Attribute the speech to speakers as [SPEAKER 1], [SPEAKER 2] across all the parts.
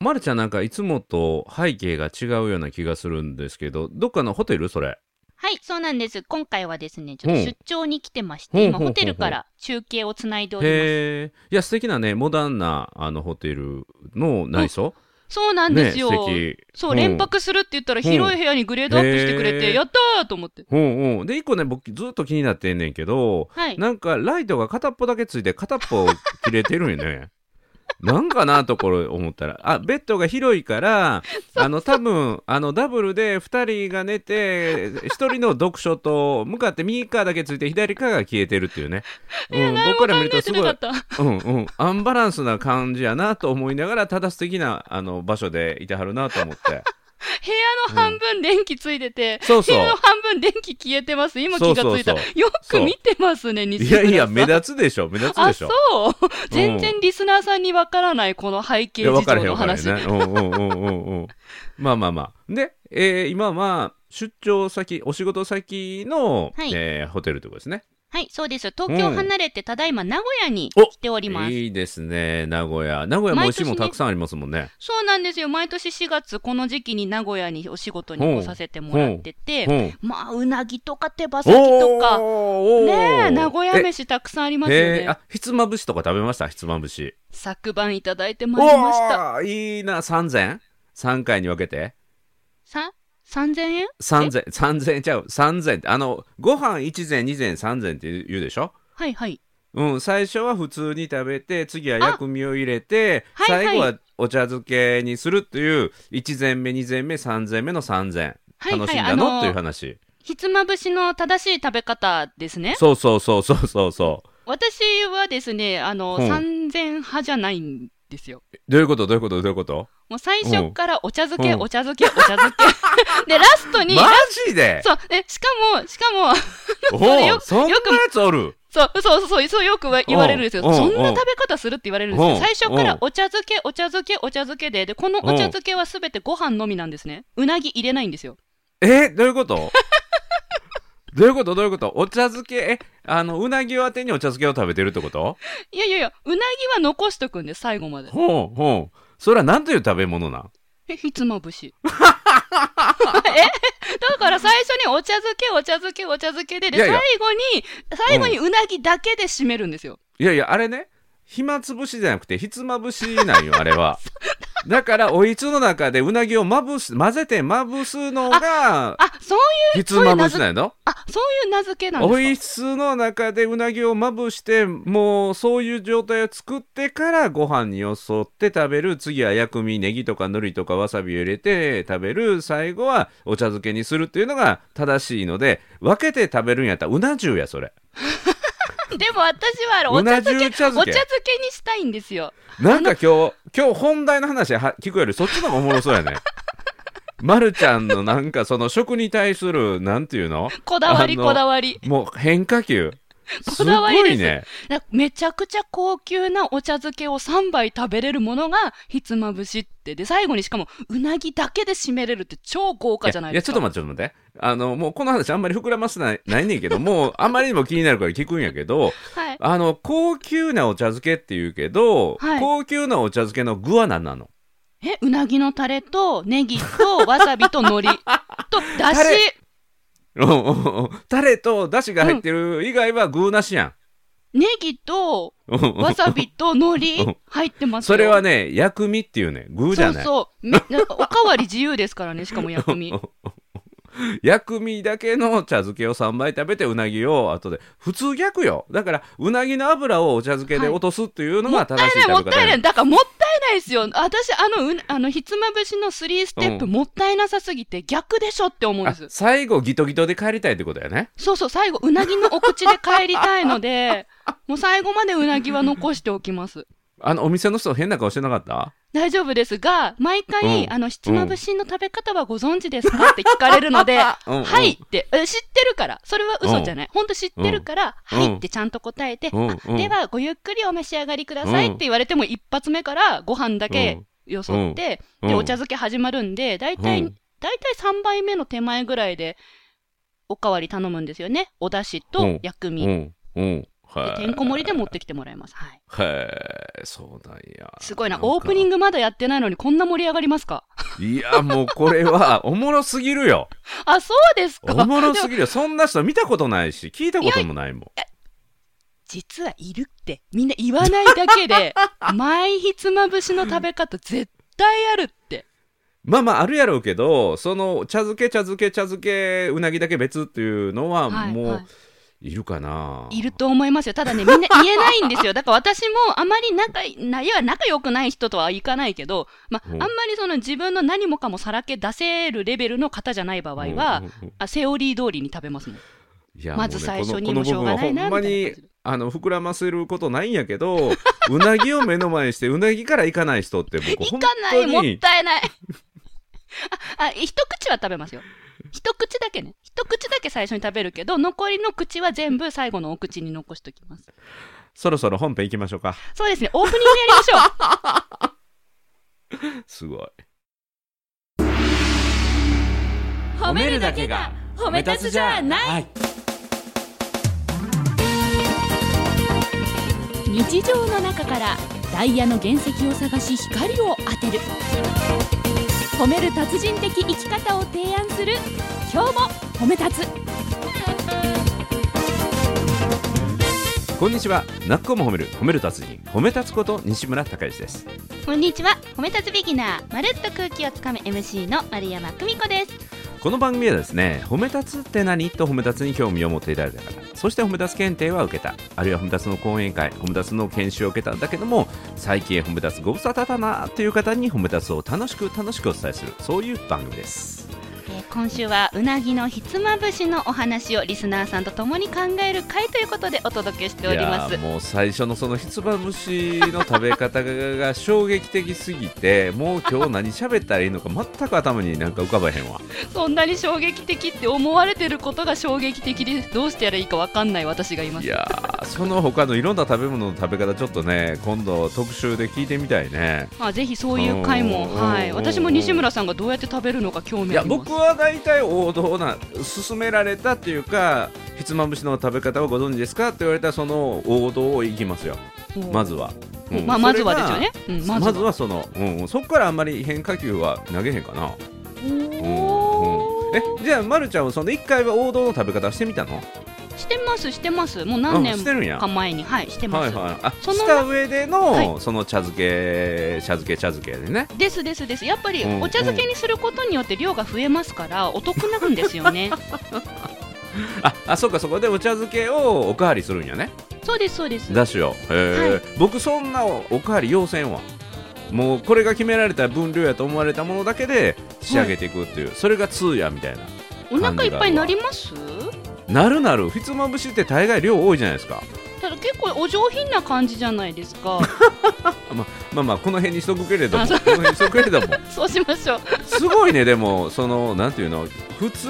[SPEAKER 1] まるちゃんなんかいつもと背景が違うような気がするんですけど、どっかのホテルそれ。
[SPEAKER 2] はい、そうなんです。今回はですね、ちょっと
[SPEAKER 1] うん
[SPEAKER 2] 出張に来てまし
[SPEAKER 1] ほう
[SPEAKER 2] て、今
[SPEAKER 1] ほうほう
[SPEAKER 2] ホテルから中継をつないでおります。
[SPEAKER 1] へえ。いや、素敵なね、モダンな、あの、ホテルの内装。
[SPEAKER 2] そうなん
[SPEAKER 1] ね、
[SPEAKER 2] です
[SPEAKER 1] 素
[SPEAKER 2] よ。
[SPEAKER 1] 敵。
[SPEAKER 2] そう、
[SPEAKER 1] うん
[SPEAKER 2] 連泊するって言ったら
[SPEAKER 1] うん
[SPEAKER 2] 広い部屋にグレードアップしてくれ
[SPEAKER 1] へ
[SPEAKER 2] て、
[SPEAKER 1] ー
[SPEAKER 2] やったーと思って。
[SPEAKER 1] うんうん。で、一個ね、僕ずっと気になってんねんけど、
[SPEAKER 2] はい。
[SPEAKER 1] なんかライトが片っぽだけついて片っぽ切れてるんよね。 なんかなところ思ったらあベッドが広いからあの多分あのダブルで2人が寝て1人の読書と向かって右側だけついて左側が消えてるっていうね、うん、僕から見る
[SPEAKER 2] 考
[SPEAKER 1] と
[SPEAKER 2] えて
[SPEAKER 1] す
[SPEAKER 2] な
[SPEAKER 1] ご
[SPEAKER 2] か
[SPEAKER 1] い
[SPEAKER 2] っ、た。
[SPEAKER 1] うんうん、アンバランスな感じやなと思いながらただ素敵なあの場所でいてはるなと思って
[SPEAKER 2] 部屋の半分電気ついてて、
[SPEAKER 1] そう そう
[SPEAKER 2] 部屋の半分電気消えてます。今気がついた。
[SPEAKER 1] そうそうそ
[SPEAKER 2] よく見てますね、西
[SPEAKER 1] い
[SPEAKER 2] 村
[SPEAKER 1] や
[SPEAKER 2] さん。
[SPEAKER 1] いや目立つでしょ目立つでしょ
[SPEAKER 2] あ、そう。全然リスナーさんにわからない、この背景
[SPEAKER 1] いや
[SPEAKER 2] 事
[SPEAKER 1] 分からへ
[SPEAKER 2] 情
[SPEAKER 1] ん
[SPEAKER 2] の
[SPEAKER 1] 分からへん
[SPEAKER 2] 話。
[SPEAKER 1] ね。うんうんうんうんうん。まあまあまあ。で、えー今は出張先、お仕事先の、
[SPEAKER 2] はい
[SPEAKER 1] えーホテルということですね。
[SPEAKER 2] はい、そうです。東京
[SPEAKER 1] うん
[SPEAKER 2] 離れて、ただいま名古屋に
[SPEAKER 1] お
[SPEAKER 2] 来ております。
[SPEAKER 1] いいですね、名古屋。名古屋も美味しいもん
[SPEAKER 2] 毎年ね
[SPEAKER 1] たくさんありますもんね。
[SPEAKER 2] そうなんですよ。毎年4月、この時期に名古屋にお仕事に
[SPEAKER 1] ほう
[SPEAKER 2] 来させてもらってて、
[SPEAKER 1] うん。
[SPEAKER 2] まあ、うなぎとか手羽
[SPEAKER 1] お
[SPEAKER 2] 先とか、
[SPEAKER 1] おー
[SPEAKER 2] ねえ、名古屋飯たくさんありますよ
[SPEAKER 1] ええー
[SPEAKER 2] ね
[SPEAKER 1] あ。ひつまぶしとか食べましたひつまぶし
[SPEAKER 2] 昨晩いただいてまいりまし
[SPEAKER 1] お
[SPEAKER 2] た。
[SPEAKER 1] ーいいな3000 3回に分けて
[SPEAKER 2] さ、3000円
[SPEAKER 1] 3000 3000ちゃう3000ってあのご飯1膳2膳3膳って言うでしょ
[SPEAKER 2] はいはい。
[SPEAKER 1] うん、最初は普通に食べて次は薬味を入れて、
[SPEAKER 2] はいはい
[SPEAKER 1] 最後はお茶漬けにするっていう1膳目2膳目3膳目の3膳
[SPEAKER 2] はいはい
[SPEAKER 1] 楽しんだの、
[SPEAKER 2] あのー
[SPEAKER 1] っていう話
[SPEAKER 2] ひつまぶしの正しい食べ方ですね。
[SPEAKER 1] そうそうそうそうそうそう
[SPEAKER 2] 私はですね、あの、
[SPEAKER 1] うん
[SPEAKER 2] 3000派じゃないんですよ。
[SPEAKER 1] どういうことどういうことどういうこと
[SPEAKER 2] もう最初からお茶漬け、
[SPEAKER 1] うん
[SPEAKER 2] お茶漬け、お 茶漬け。で、ラストに、
[SPEAKER 1] マジで
[SPEAKER 2] そう、え、しかも、しかも、
[SPEAKER 1] お
[SPEAKER 2] それよ
[SPEAKER 1] おそんなやつおる
[SPEAKER 2] そう、そう、そう、そう、よくは言われるんですよ。
[SPEAKER 1] うん
[SPEAKER 2] そんな
[SPEAKER 1] うん
[SPEAKER 2] 食べ方するって言われるんですよ
[SPEAKER 1] う。ん
[SPEAKER 2] 最初から
[SPEAKER 1] うん
[SPEAKER 2] お茶漬け、お茶漬け、お茶漬けで、で、このお茶漬けはすべてご飯のみなんですね。うなぎ入れないんですよ。
[SPEAKER 1] えどういうことどういうことどういうことお茶漬けえあのうなぎを当てにお茶漬けを食べてるってこと
[SPEAKER 2] いやいやいや、うなぎは残しとくんです、最後まで。
[SPEAKER 1] ほうほうそれは何という食べ物なん
[SPEAKER 2] え、ひつま ぶし。えだから最初にお茶漬け、お茶漬け、お茶漬けで、で、
[SPEAKER 1] いやいや
[SPEAKER 2] 最後に、最後にうなぎだけで締めるんですよ。
[SPEAKER 1] いやいや、あれね、暇つぶしじゃなくて、ひつまぶしなんよ、あれ は。だから、おいつの中でうなぎをまぶす、混ぜてまぶすのが、
[SPEAKER 2] あ、そういう、
[SPEAKER 1] ひつまぶしなんの
[SPEAKER 2] あ、そういう名付けなん
[SPEAKER 1] お
[SPEAKER 2] で
[SPEAKER 1] い
[SPEAKER 2] すか
[SPEAKER 1] つの中でうなぎをまぶして、もうそういう状態を作ってからご飯によそって食べる、次は薬味、ネギとか海苔とかわさびを入れて食べる、最後はお茶漬けにするっていうのが正しいので、分けて食べるんやったらうな重や、それ。
[SPEAKER 2] でも私はあれ、お茶漬け、
[SPEAKER 1] うな
[SPEAKER 2] お
[SPEAKER 1] ぎ茶漬
[SPEAKER 2] 茶漬
[SPEAKER 1] け
[SPEAKER 2] けにしたいんですよ。
[SPEAKER 1] なんか今日、今日本題の話は聞くよりそっちの方がおもろそう やね。まるちゃんのなんかその食に対する、なんていうの
[SPEAKER 2] こだわり、
[SPEAKER 1] あの
[SPEAKER 2] こだわり。
[SPEAKER 1] もう変化球。す
[SPEAKER 2] こ
[SPEAKER 1] っ
[SPEAKER 2] だ
[SPEAKER 1] ご
[SPEAKER 2] わりです
[SPEAKER 1] いね。
[SPEAKER 2] だめちゃくちゃ高級なお茶漬けを3杯食べれるものがひつまぶしってで最後にしかもうなぎだけで締めれるって超豪華じゃない
[SPEAKER 1] い
[SPEAKER 2] で
[SPEAKER 1] や、
[SPEAKER 2] す
[SPEAKER 1] ち
[SPEAKER 2] か
[SPEAKER 1] ょっと待って、ちょっと待って。あの、もうこの話あんまり膨らませないないねんけど、もうあまりにも気になるから聞くんやけど、
[SPEAKER 2] はい、
[SPEAKER 1] あの、高級なお茶漬けって言うけど、
[SPEAKER 2] はい
[SPEAKER 1] 高級なお茶漬けの具は何なの
[SPEAKER 2] えうなぎのタレとネギとわさびと海苔とだし
[SPEAKER 1] タレうんうんうんタレと出汁が入ってる以外は具なしやん。
[SPEAKER 2] ネギと
[SPEAKER 1] うんうん
[SPEAKER 2] わさびと海
[SPEAKER 1] う
[SPEAKER 2] 苔
[SPEAKER 1] ん
[SPEAKER 2] 入ってますよ
[SPEAKER 1] それはね、薬味っていうね、具じ
[SPEAKER 2] そ
[SPEAKER 1] ゃ
[SPEAKER 2] う
[SPEAKER 1] ない。
[SPEAKER 2] そうめ なんかおかわり自由ですからねしかも薬 味
[SPEAKER 1] 薬味だけの茶漬けを3杯食べてうなぎを後で普通逆よだからうなぎの油をお茶漬けで落とすっていうの
[SPEAKER 2] も
[SPEAKER 1] が
[SPEAKER 2] ったい
[SPEAKER 1] 正しい
[SPEAKER 2] ないもっ
[SPEAKER 1] 食べ方
[SPEAKER 2] たいな
[SPEAKER 1] や
[SPEAKER 2] いだからもったいないですよ私あのうなあのひつまぶしの3ステップ、
[SPEAKER 1] うん
[SPEAKER 2] もったいなさすぎて逆でしょって思うんで
[SPEAKER 1] あ
[SPEAKER 2] す
[SPEAKER 1] 最後ギトギトで帰りたいってことやね
[SPEAKER 2] そうそう、最後、うなぎのお口で帰りたい ので、もう最後までうなぎは残しておきます。
[SPEAKER 1] あのお店の人変な顔してなかった
[SPEAKER 2] 大丈夫ですが、毎回、
[SPEAKER 1] うん
[SPEAKER 2] あの、ひつまぶしの食べ方はご存知ですかって聞かれるので、
[SPEAKER 1] うんうん
[SPEAKER 2] はいって、え知ってるから、それは嘘じゃない。ほんと知ってるから、
[SPEAKER 1] うん
[SPEAKER 2] はいってちゃんと答えて、
[SPEAKER 1] うんうん
[SPEAKER 2] あでは、ごゆっくりお召し上がりくださいって言われても、一発目からご飯だけよそって、
[SPEAKER 1] うん
[SPEAKER 2] で、
[SPEAKER 1] うん
[SPEAKER 2] お茶漬け始まるんで、大体、
[SPEAKER 1] うん
[SPEAKER 2] 大体3杯目の手前ぐらいで、おかわり頼むんですよね。お出汁
[SPEAKER 1] う
[SPEAKER 2] と
[SPEAKER 1] ん
[SPEAKER 2] 薬味
[SPEAKER 1] う。んうんは
[SPEAKER 2] で
[SPEAKER 1] い
[SPEAKER 2] てんこ盛りで持ってきてもらいます。はい。
[SPEAKER 1] はいそうなんや
[SPEAKER 2] すごいな。
[SPEAKER 1] んか
[SPEAKER 2] オープニングまだやってないのにこんな盛り上がりますか
[SPEAKER 1] いやもうこれはおもろすぎるよ
[SPEAKER 2] あ、そうですか。
[SPEAKER 1] おもろ
[SPEAKER 2] です
[SPEAKER 1] ぎるよそんな人見たことないし聞いたこともないもん
[SPEAKER 2] 実はいるってみんな言わないだ けで前ひつまぶしの食べ方絶対あるって
[SPEAKER 1] まあまああるやろうけどその茶漬け茶漬け茶漬けうなぎだけ別っていうのは
[SPEAKER 2] はい
[SPEAKER 1] も
[SPEAKER 2] は
[SPEAKER 1] ういるかな、
[SPEAKER 2] いると思いますよただねみんな言えないんですよだから私もあまり仲いないや仲良くない人とはいかないけど、まあ、あ
[SPEAKER 1] うんん
[SPEAKER 2] まりその自分の何もかもさらけ出せるレベルの方じゃない場合
[SPEAKER 1] うん
[SPEAKER 2] は、
[SPEAKER 1] うんうん
[SPEAKER 2] あセオリー通りに食べますもん
[SPEAKER 1] いや
[SPEAKER 2] まず
[SPEAKER 1] もうね
[SPEAKER 2] 最初に
[SPEAKER 1] この
[SPEAKER 2] もうしょうがないな
[SPEAKER 1] この部分はほんま
[SPEAKER 2] み
[SPEAKER 1] に
[SPEAKER 2] たいな感じで
[SPEAKER 1] あの膨らませることないんやけどうなぎを目の前にしてうなぎから行かない人って僕
[SPEAKER 2] 行
[SPEAKER 1] 本
[SPEAKER 2] かない
[SPEAKER 1] 当
[SPEAKER 2] もっ
[SPEAKER 1] に
[SPEAKER 2] たいない ああ一口は食べますよ一口だけね一口だけ最初に食べるけど残りの口は全部最後のお口に残しときます
[SPEAKER 1] そろそろ本編行きましょうか
[SPEAKER 2] そうですね、オープニングやりましょう。
[SPEAKER 1] すごい
[SPEAKER 3] 日
[SPEAKER 1] い
[SPEAKER 3] 常の中からダイヤの原石を探し光を当てる褒める達人的生き方を提案する今日も褒め立つ
[SPEAKER 1] こんにちはなっこも褒める褒める達人褒め立つこと西村孝之です
[SPEAKER 2] こんにちは、褒め立つビギナー、まるっと空気をつかむ MC の丸山久美子です。
[SPEAKER 1] この番組はですね褒め立つって何と褒め立つに興味を持っていただいた方そして褒め立つ検定は受けたあるいは褒め立つの講演会褒め立つの研修を受けたんだけども最近褒め立つご無沙汰だなという方に褒め立つを楽しく楽しくお伝えするそういう番組です
[SPEAKER 2] えー今週はうなぎのひつまぶしのお話をリスナーさんと共に考える会ということでお届けしておりま
[SPEAKER 1] いや
[SPEAKER 2] す
[SPEAKER 1] ー。もう最初のそのひつまぶしの食べ方がが衝撃的すぎてもう今日何喋ったらいいのか全く頭になんか浮かばへん わ
[SPEAKER 2] そんなに衝撃的って思われてることが衝撃的でどうしてやらいいかわかんない私がいま
[SPEAKER 1] い
[SPEAKER 2] す。
[SPEAKER 1] やーその他のいろんな食べ物の食べ方ちょっとね今度特集で聞いてみたいね
[SPEAKER 2] まあぜひそういう会
[SPEAKER 1] う
[SPEAKER 2] も、
[SPEAKER 1] ん
[SPEAKER 2] はい、
[SPEAKER 1] うん
[SPEAKER 2] 私も西村さんがどうやって食べるのか興
[SPEAKER 1] い
[SPEAKER 2] 味あ
[SPEAKER 1] や
[SPEAKER 2] ります。
[SPEAKER 1] 僕は大体王道な勧められたっていうかひつまぶしの食べ方をご存知ですかって言われたらその王道をいきますよ
[SPEAKER 2] お
[SPEAKER 1] まずは、うん
[SPEAKER 2] まあまずは
[SPEAKER 1] そ
[SPEAKER 2] で
[SPEAKER 1] れが
[SPEAKER 2] すよね。うん、
[SPEAKER 1] まずはその、うんうん、そこからあんまり変化球は投げへんかな、うんうん、えじゃあ、ま、るちゃんはその1回は王道の食べ方してみたの
[SPEAKER 2] してますしてますもう何
[SPEAKER 1] あ
[SPEAKER 2] 年
[SPEAKER 1] してるんや
[SPEAKER 2] か前にはいして
[SPEAKER 1] は
[SPEAKER 2] ま
[SPEAKER 1] い
[SPEAKER 2] す、
[SPEAKER 1] はいあ
[SPEAKER 2] その
[SPEAKER 1] した上での、
[SPEAKER 2] は
[SPEAKER 1] その茶漬け茶漬け茶漬けでね
[SPEAKER 2] ですですですやっぱり
[SPEAKER 1] うん
[SPEAKER 2] お茶漬けにすることによって量が増えますからお得なんですよね
[SPEAKER 1] ああそうかそこでお茶漬けをおかわりするんやね
[SPEAKER 2] そうですそうです
[SPEAKER 1] だしをへー
[SPEAKER 2] はい
[SPEAKER 1] 僕そんなおおかわり要せんわもうこれが決められた分量やと思われたものだけで仕上げていくっていう、それが通やみたいな
[SPEAKER 2] お腹いっぱいになります
[SPEAKER 1] なるなるひつまぶしって大概量多いじゃないですか
[SPEAKER 2] ただ結構お上品な感じじゃないですか
[SPEAKER 1] まあまあこの辺にしとくけれども
[SPEAKER 2] あ
[SPEAKER 1] こ
[SPEAKER 2] そ
[SPEAKER 1] の辺にしとくけれども
[SPEAKER 2] そうしましょう
[SPEAKER 1] すごいねでもそのなんていうの普通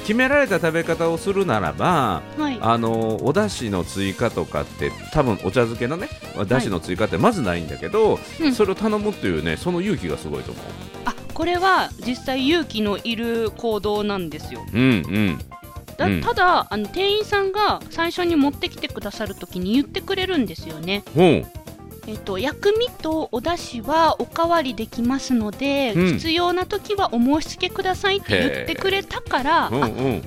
[SPEAKER 1] 決められた食べ方をするならば
[SPEAKER 2] はい
[SPEAKER 1] あのお出汁の追加とかって多分お茶漬けのね出汁の追加ってまずないんだけど、
[SPEAKER 2] うん
[SPEAKER 1] それを頼むっていうねその勇気がすごいと思う。
[SPEAKER 2] あこれは実際勇気のいる行動なんですよ
[SPEAKER 1] うんうん
[SPEAKER 2] だ
[SPEAKER 1] うん
[SPEAKER 2] ただあの店員さんが最初に持ってきてくださるときに言ってくれるんですよね
[SPEAKER 1] ほう
[SPEAKER 2] えっと、薬味とお出汁はおかわりできますので、
[SPEAKER 1] うん
[SPEAKER 2] 必要な時はお申し付けくださいって言ってくれたから、
[SPEAKER 1] うんう
[SPEAKER 2] あっ
[SPEAKER 1] ん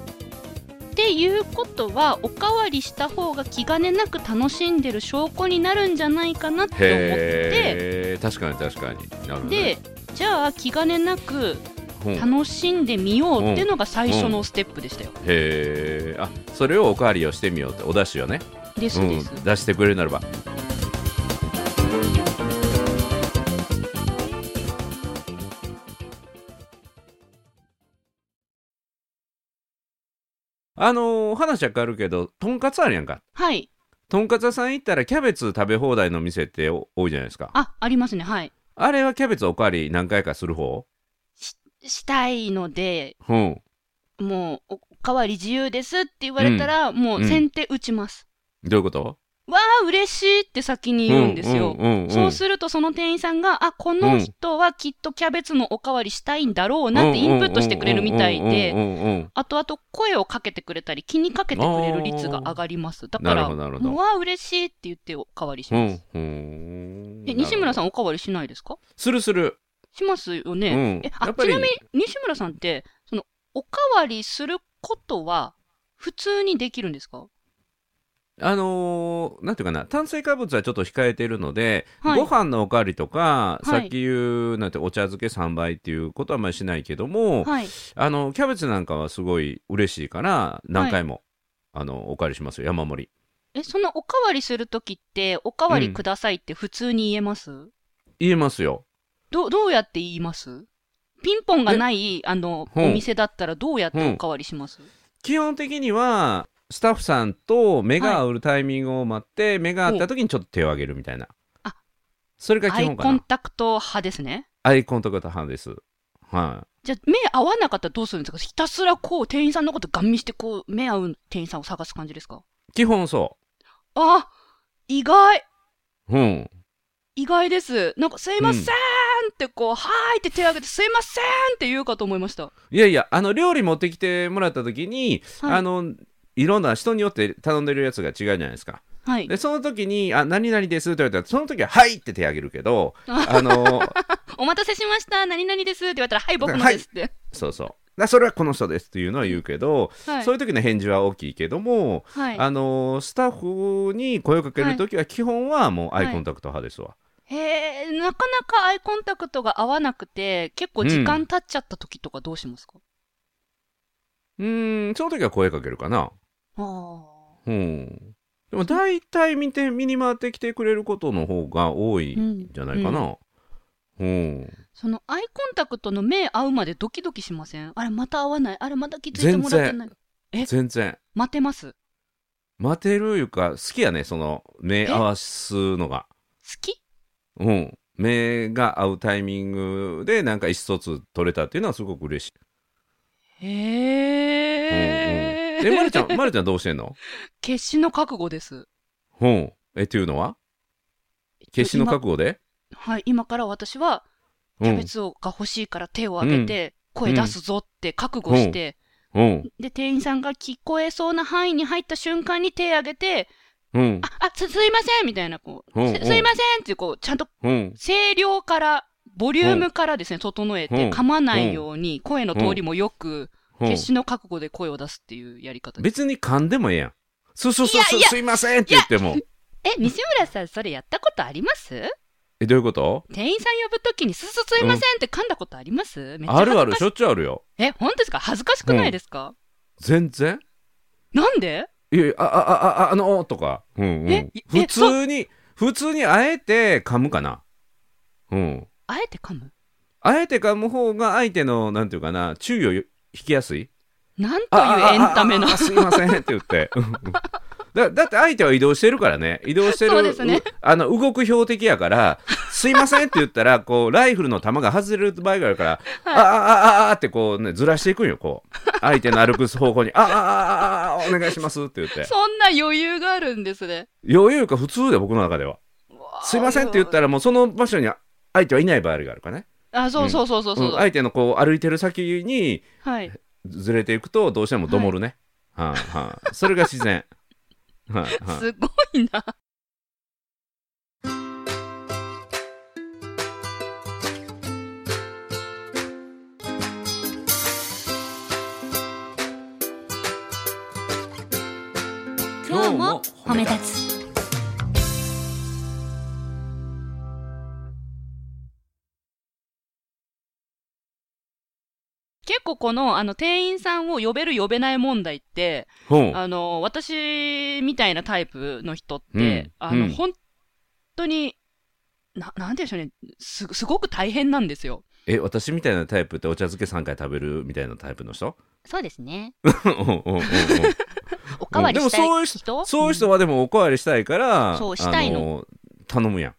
[SPEAKER 2] ていうことはおかわりした方が気兼ねなく楽しんでる証拠になるんじゃないかなって思って
[SPEAKER 1] へえ確かに確かになるほどね
[SPEAKER 2] でじゃあ気兼ねなく
[SPEAKER 1] ほうへ
[SPEAKER 2] 楽しんでみようっていうのが最初のステップでしたよ。
[SPEAKER 1] えあそれをおかわりをしてみようってお出汁をね
[SPEAKER 2] ですです。
[SPEAKER 1] ん、出してくれるならばあのー話は変わるけどとんかつあるやんか
[SPEAKER 2] はい。
[SPEAKER 1] とんかつ屋さん行ったらキャベツ食べ放題の店ってお多いじゃないですかあ
[SPEAKER 2] あありますね。はい。
[SPEAKER 1] れはキャベツおかわり何回かする方
[SPEAKER 2] したいので
[SPEAKER 1] うん
[SPEAKER 2] もうおおかわり自由ですって言われたら、もう先手打ちます。
[SPEAKER 1] どういうこと
[SPEAKER 2] わあ、嬉しいって先に言うんですよ。そうするとその店員さんが、あ、この人はきっとキャベツのおかわりしたいんだろうなってインプットしてくれるみたいで、
[SPEAKER 1] で
[SPEAKER 2] あとあと声をかけてくれたり気にかけてくれる率が上がります。だか
[SPEAKER 1] なる
[SPEAKER 2] ら、
[SPEAKER 1] ほ
[SPEAKER 2] う
[SPEAKER 1] どなるほど
[SPEAKER 2] わあ、嬉しいって言っておかわりします。え、西村さ
[SPEAKER 1] ん
[SPEAKER 2] んおかわりしないですか
[SPEAKER 1] するする
[SPEAKER 2] しますよね。
[SPEAKER 1] うん
[SPEAKER 2] え
[SPEAKER 1] や
[SPEAKER 2] あ
[SPEAKER 1] っぱ
[SPEAKER 2] ち
[SPEAKER 1] り
[SPEAKER 2] なみに西村さんってそのおかわりすることは普通にできるんですか
[SPEAKER 1] あのーなんていうかな炭水化物はちょっと控えてるので、
[SPEAKER 2] はい
[SPEAKER 1] ご飯のおかわりとか、
[SPEAKER 2] はい
[SPEAKER 1] さっき言うなんてお茶漬け3杯っていうことはあんまりしないけども、
[SPEAKER 2] はい。
[SPEAKER 1] あのキャベツなんかはすごい嬉しいから何回も、あのお借りしますよ山盛り
[SPEAKER 2] えそのおかわりするときっておかわりくださいって普通に言えます、
[SPEAKER 1] 言えますよ
[SPEAKER 2] どどうやって言いますピンポンがないあの
[SPEAKER 1] うん
[SPEAKER 2] お店だったらどうやっておかわりします、
[SPEAKER 1] 基本的にはスタッフさんと目が合うタイミングを待って、目が合った時にちょっと手を挙げるみたいな
[SPEAKER 2] あ
[SPEAKER 1] それが
[SPEAKER 2] ア
[SPEAKER 1] 基
[SPEAKER 2] イ
[SPEAKER 1] 本か
[SPEAKER 2] コ
[SPEAKER 1] な
[SPEAKER 2] ンタクト派ですね。
[SPEAKER 1] アイコンタクト派ですは
[SPEAKER 2] じゃあ目合わなかったらどうするんですかひたすらこう店員さんのことガン見してこう目合う店員さんを探す感じですか
[SPEAKER 1] い基本そ
[SPEAKER 2] あ意外
[SPEAKER 1] ううん
[SPEAKER 2] 意外です。なんか、すいませんってこう、はーいって手を挙げて、すいませんって言うかと思いました。
[SPEAKER 1] いやいやあの料理持ってきてもらった時に、
[SPEAKER 2] はい
[SPEAKER 1] あのいろんな人によって頼んでるやつが違うじゃないですか
[SPEAKER 2] はい。
[SPEAKER 1] でその時に「あ何々です」って言われたらその時は「はい!」って手挙げるけどあの
[SPEAKER 2] お待たせしました。何々ですって言われたら、はい、僕のですって。
[SPEAKER 1] そうそうだからそれはこの人ですっていうのは言うけど、
[SPEAKER 2] はい
[SPEAKER 1] そう。いう時の返事は大きいけども、
[SPEAKER 2] はい。
[SPEAKER 1] あのースタッフに声をかけるときは基本はもうアイコンタクト派ですわ、
[SPEAKER 2] へえ、なかなかアイコンタクトが合わなくて、結構時間経っちゃった時とかどうしますか、
[SPEAKER 1] うーんその時は声かけるかな
[SPEAKER 2] あ
[SPEAKER 1] うんでも大体見て見に回ってきてくれることの方が多い
[SPEAKER 2] あ。うんん。
[SPEAKER 1] じゃないかなうん、
[SPEAKER 2] そのアイコンタクトの目合うまでドキドキしませんあれ、また合わない。あれ、また気づいてもらってない。え
[SPEAKER 1] 全然
[SPEAKER 2] 待てます。好
[SPEAKER 1] 待てるいうか好きやねその目合わすのが
[SPEAKER 2] き
[SPEAKER 1] うん目が合うタイミングでなんか意思疎通取れたっていうのはすごく嬉しい、
[SPEAKER 2] へ
[SPEAKER 1] えう
[SPEAKER 2] え。
[SPEAKER 1] んうん、えまるちゃ んまるちゃんどうしてんの
[SPEAKER 2] 決死の覚悟です。
[SPEAKER 1] うんえっていうのは決死の覚悟で
[SPEAKER 2] はい、今から私は
[SPEAKER 1] う
[SPEAKER 2] キャ
[SPEAKER 1] ん
[SPEAKER 2] ベツが欲しいから手を挙げて、声出すぞって覚悟して、
[SPEAKER 1] うん
[SPEAKER 2] で、店員さんが聞こえそうな範囲に入った瞬間に手を挙げて、
[SPEAKER 1] うん
[SPEAKER 2] あ、あ、す、すいませんみたいな、こう、
[SPEAKER 1] うん
[SPEAKER 2] す
[SPEAKER 1] うん
[SPEAKER 2] すいませんって、こう、ちゃんと
[SPEAKER 1] うん
[SPEAKER 2] 声量から、ボリュームからですね、整え
[SPEAKER 1] う
[SPEAKER 2] て、
[SPEAKER 1] ん
[SPEAKER 2] 噛まないように、声の通りもよく、
[SPEAKER 1] うん
[SPEAKER 2] 決死の覚悟で声を出すっていうやり方です。
[SPEAKER 1] 別に噛んでもええやんすすす
[SPEAKER 2] いや
[SPEAKER 1] す
[SPEAKER 2] いや
[SPEAKER 1] すいませんって言っても
[SPEAKER 2] え、西村さん、それやったことあります
[SPEAKER 1] えどういうこと
[SPEAKER 2] 店員さん呼ぶときに、すすすいませんって噛んだことあります、めっちゃ
[SPEAKER 1] あるあるし
[SPEAKER 2] 恥ずかし
[SPEAKER 1] ょっちゅうあるよ
[SPEAKER 2] え、本当ですか恥ずかしくないですか、
[SPEAKER 1] 全然
[SPEAKER 2] なんで
[SPEAKER 1] いやいやあああああのとかうんうん
[SPEAKER 2] えいえ
[SPEAKER 1] 普通に普通にあえて噛むかなうん
[SPEAKER 2] あえて噛む
[SPEAKER 1] あえて噛む方が相手のなんていうかな注意を引きやすい
[SPEAKER 2] なんと
[SPEAKER 1] あああ
[SPEAKER 2] いうエンタメの
[SPEAKER 1] あ。あすいませんって言って。うんうんだだって相手は移動してるからね移動してる
[SPEAKER 2] そうですね
[SPEAKER 1] うあの動く標的やから「すいません」って言ったらこうライフルの弾が外れる場合があるから「あああああ」ってこう、ね、ずらしていくんよこう相手の歩く方向に「ああああああお願いします」って言って
[SPEAKER 2] そんな余裕があるんですね。
[SPEAKER 1] 余裕か普通で僕の中では「すいません」って言った
[SPEAKER 2] ら。
[SPEAKER 1] らもうその場所に相手はいない場合があるからね、
[SPEAKER 2] あ、そうそうそうそうそうう、
[SPEAKER 1] ん相手のこう歩いてる先に
[SPEAKER 2] はい。
[SPEAKER 1] ずれていくとどうしてもどもるね、はいはいそれが自 然はいはい
[SPEAKER 2] すごいな。
[SPEAKER 3] 今日も褒め立つ
[SPEAKER 2] 結構この、あの、店員さんを呼べる呼べない問題って、
[SPEAKER 1] うん
[SPEAKER 2] あの、私みたいなタイプの人って、
[SPEAKER 1] うん
[SPEAKER 2] あの、
[SPEAKER 1] うん
[SPEAKER 2] 本当に、な、なんて言うんでしょうね。す、すごく大変なんですよ。
[SPEAKER 1] え私みたいなタイプってお茶漬け3回食べるみたいなタイプの 人
[SPEAKER 2] そうですね。
[SPEAKER 1] うんうんうんうん
[SPEAKER 2] お
[SPEAKER 1] うんでもそういう人そういう人はでもおかわりしたいから、
[SPEAKER 2] そうしたいの
[SPEAKER 1] あ頼むや